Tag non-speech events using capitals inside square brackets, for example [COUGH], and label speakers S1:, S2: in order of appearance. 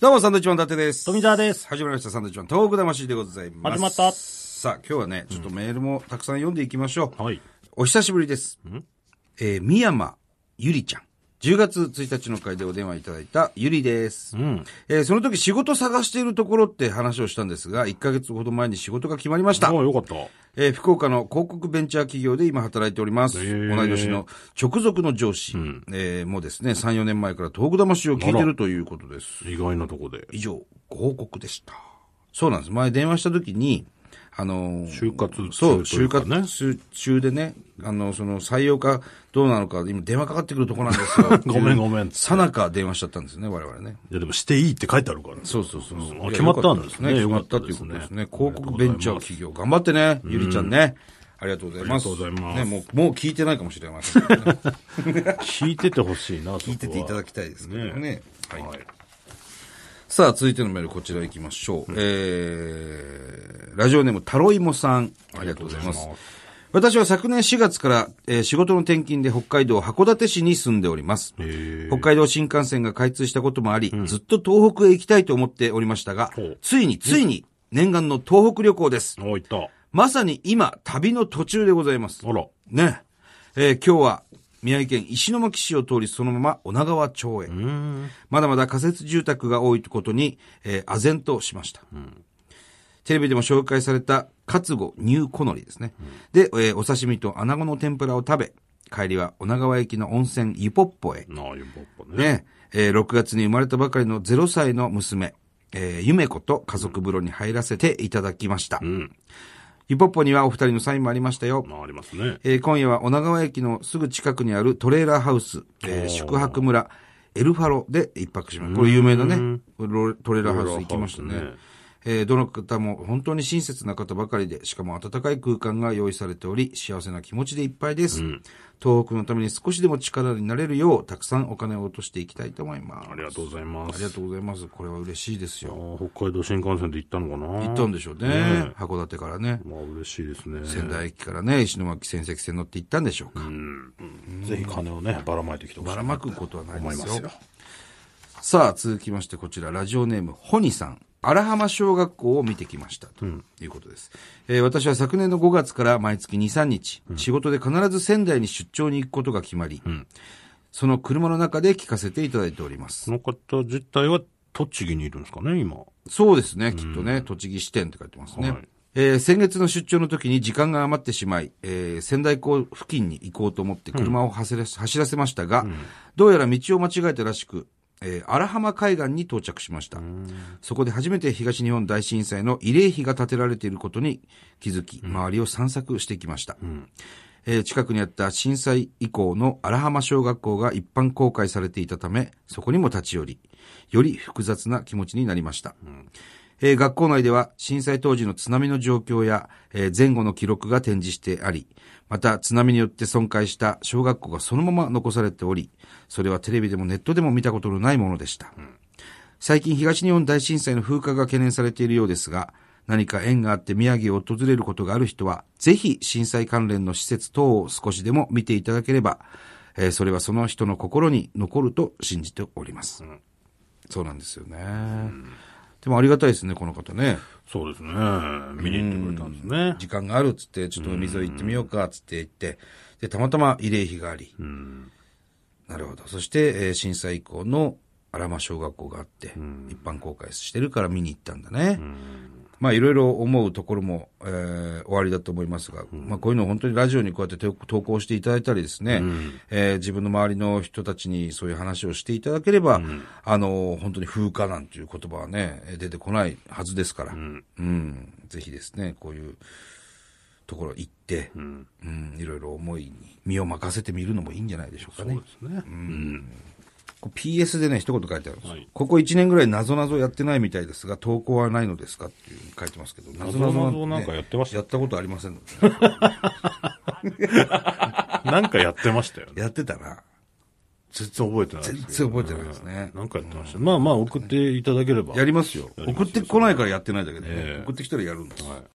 S1: どうも、サンドイッチマン伊達です。
S2: 富澤です
S1: 始まりました、サンドイッチマン、東北魂でございます。
S2: 始まった
S1: さあ、今日はね、ちょっとメールもたくさん読んでいきましょう。
S2: はい。
S1: お久しぶりです。えー、三山ゆりちゃん。10月1日の会でお電話いただいたゆりです。えーその時仕事探しているところって話をしたんですが、1ヶ月ほど前に仕事が決まりました
S2: ああ、。よかった。
S1: えー福岡の広告ベンチャー企業で今働いております。同
S2: ー
S1: い年の直属の上司、えーもうですね、3、4年前から東北魂を聞いて
S2: あ
S1: るということです。
S2: 意外なとこで。
S1: 以上、ご報告でした。そうなんです。前電話した時に、あのー
S2: 就活中
S1: そう、
S2: とい
S1: 就
S2: うかね
S1: 活中でね、あの、その採用かどうなのか、今電話かかってくるとこなんですよ。
S2: [LAUGHS] ごめんごめん
S1: さなか電話しちゃったんですね、我々ね。
S2: いや、でもしていいって書いてあるからね。
S1: そうそうそうそう。
S2: あ決まったんですね
S1: いやよかったと
S2: よ
S1: い
S2: かっ
S1: う
S2: たです
S1: こ
S2: ね
S1: とですね。広告ベンチャー企業、頑張ってね、ゆりちゃんね。ありがとうございます。
S2: ありがとうございま
S1: ね、
S2: す
S1: もう、もう聞いてないかもしれませんけどね、
S2: [LAUGHS] 聞いててほしいな、聞
S1: 聞いてていただきたいですけどね。
S2: ね
S1: はい
S2: はい。
S1: さあ、続いてのメール、こちら行きましょう。えー、ラジオネーム、タロイモさん。ありがとうございます
S2: ありがとうございま。
S1: 私は昨年4月から、えー仕事の転勤で北海道函館市に住んでおります。
S2: へ
S1: 北海道新幹線が開通したこともあり、ずっと東北へ行きたいと思っておりましたが
S2: ほう、
S1: ついについに念願の東北旅行です。
S2: おいった。あ
S1: まさに今、旅の途中でございます。
S2: ら。
S1: ねえ。えー今日は、宮城県石巻市を通りそのまま女川町へ。
S2: うん。
S1: まだまだ仮設住宅が多いことに、えー、唖然としました。テレビでも紹介された、カツゴニューコノリですね。で、えーお刺身と穴子の天ぷらを食べ、帰りは女川駅の温泉湯ポッポへ。
S2: なあ、よかったね。
S1: ね、えー6月に生まれたばかりの0歳の娘、えーゆめ子と家族風呂に入らせていただきました。
S2: うん。
S1: 湯ポッポにはお二人のサインもありましたよ。
S2: まあ、ありますね。
S1: えー今夜は女川駅のすぐ近くにあるトレーラーハウス、えー
S2: おー
S1: 宿泊村、エルファロで一泊します。これ有名なね、ロトレーラーハウス行きました
S2: トレーラー
S1: ね
S2: ハウ。
S1: えーどの方も本当に親切な方ばかりで、しかも温かい空間が用意されており、幸せな気持ちでいっぱいです。東北のために少しでも力になれるよう、たくさんお金を落としていきたいと思います。
S2: ありがとうござい
S1: あ
S2: ます。
S1: りがとうございます。これは嬉しいですよ。
S2: ああ北海道新幹線で行ったのかな
S1: 行ったんでしょうね。
S2: ね
S1: 函館からね。
S2: まあ、嬉しいですね。
S1: 仙台駅からね、石巻仙石線乗って行ったんでしょうか。
S2: ぜひ金をね、ばらまいてきてほしい
S1: ばらまくことはないで
S2: 思い
S1: す
S2: ま
S1: よ
S2: すよ。
S1: さあ続きましてこちらラジオネームホニさん荒浜小学校を見てきましたということです、えー私は昨年の5月から毎月23日、仕事で必ず仙台に出張に行くことが決まり、その車の中で聞かせていただいております
S2: この方自体は栃木にいるんですかね、今。
S1: そうですね、きっとね、栃木支店って書いてますね。
S2: はい
S1: えー先月の出張の時に時間が余ってしまい、えー仙台港付近に行こうと思って車を走らせ,、走らせましたが、どうやら道を間違えたらしく、えー荒浜海岸に到着しました。そこで初めて東日本大震災の慰霊碑が建てられていることに気づき、周りを散策してきました。えー近くにあった震災以降の荒浜小学校が一般公開されていたため、そこにも立ち寄り、より複雑な気持ちになりました。えー学校内では震災当時の津波の状況や、えー前後の記録が展示してあり、また津波によって損壊した小学校がそのまま残されており、それはテレビでもネットでも見たことのないものでした。最近東日本大震災の風化が懸念されているようですが、何か縁があって宮城を訪れることがある人は、ぜひ震災関連の施設等を少しでも見ていただければ、えーそれはその人の心に残ると信じております。そうなんですよね。でもありがたいですね、この方ね。
S2: そうですね。見に行ってくれたんですね。
S1: 時間があるっつって、ちょっと海沿い行ってみようかっつって行って、で、たまたま慰霊碑があり。なるほど。そして、えー震災以降の荒間小学校があって、一般公開してるから見に行ったんだね。まあ、いろいろ思うところも、えー、終わりだと思いますが、まあ、こういうのを本当にラジオにこうやって投投稿していただいたりですね、えー自分の周りの人たちにそういう話をしていただければ、あの、本当に風化なんていう言葉はね、えー出てこないはずですから、うん、ぜひですね、こういうところ行って、うん、いろいろ思いに身を任せてみるのもいいんじゃないでしょうかね
S2: そう。ですね。
S1: こう PS でね、一言書いてあるんですよ、
S2: はい
S1: ここ1年ぐらい謎々やってないみたいですが、投稿はないのですかっていうふうに書いてますけど、謎
S2: 謎々なんかやってました
S1: やったことありませんのでね、
S2: なんかやってましたよね。
S1: やってた
S2: [LAUGHS]
S1: ら、
S2: 全然覚えてないです
S1: 全然覚えてないですね。
S2: なんかやってました。まあまあ、送っていただければ。
S1: やりますよ。
S2: ります
S1: 送ってこないからやってないだけで、ね
S2: ええ
S1: 送ってきたらやるんです。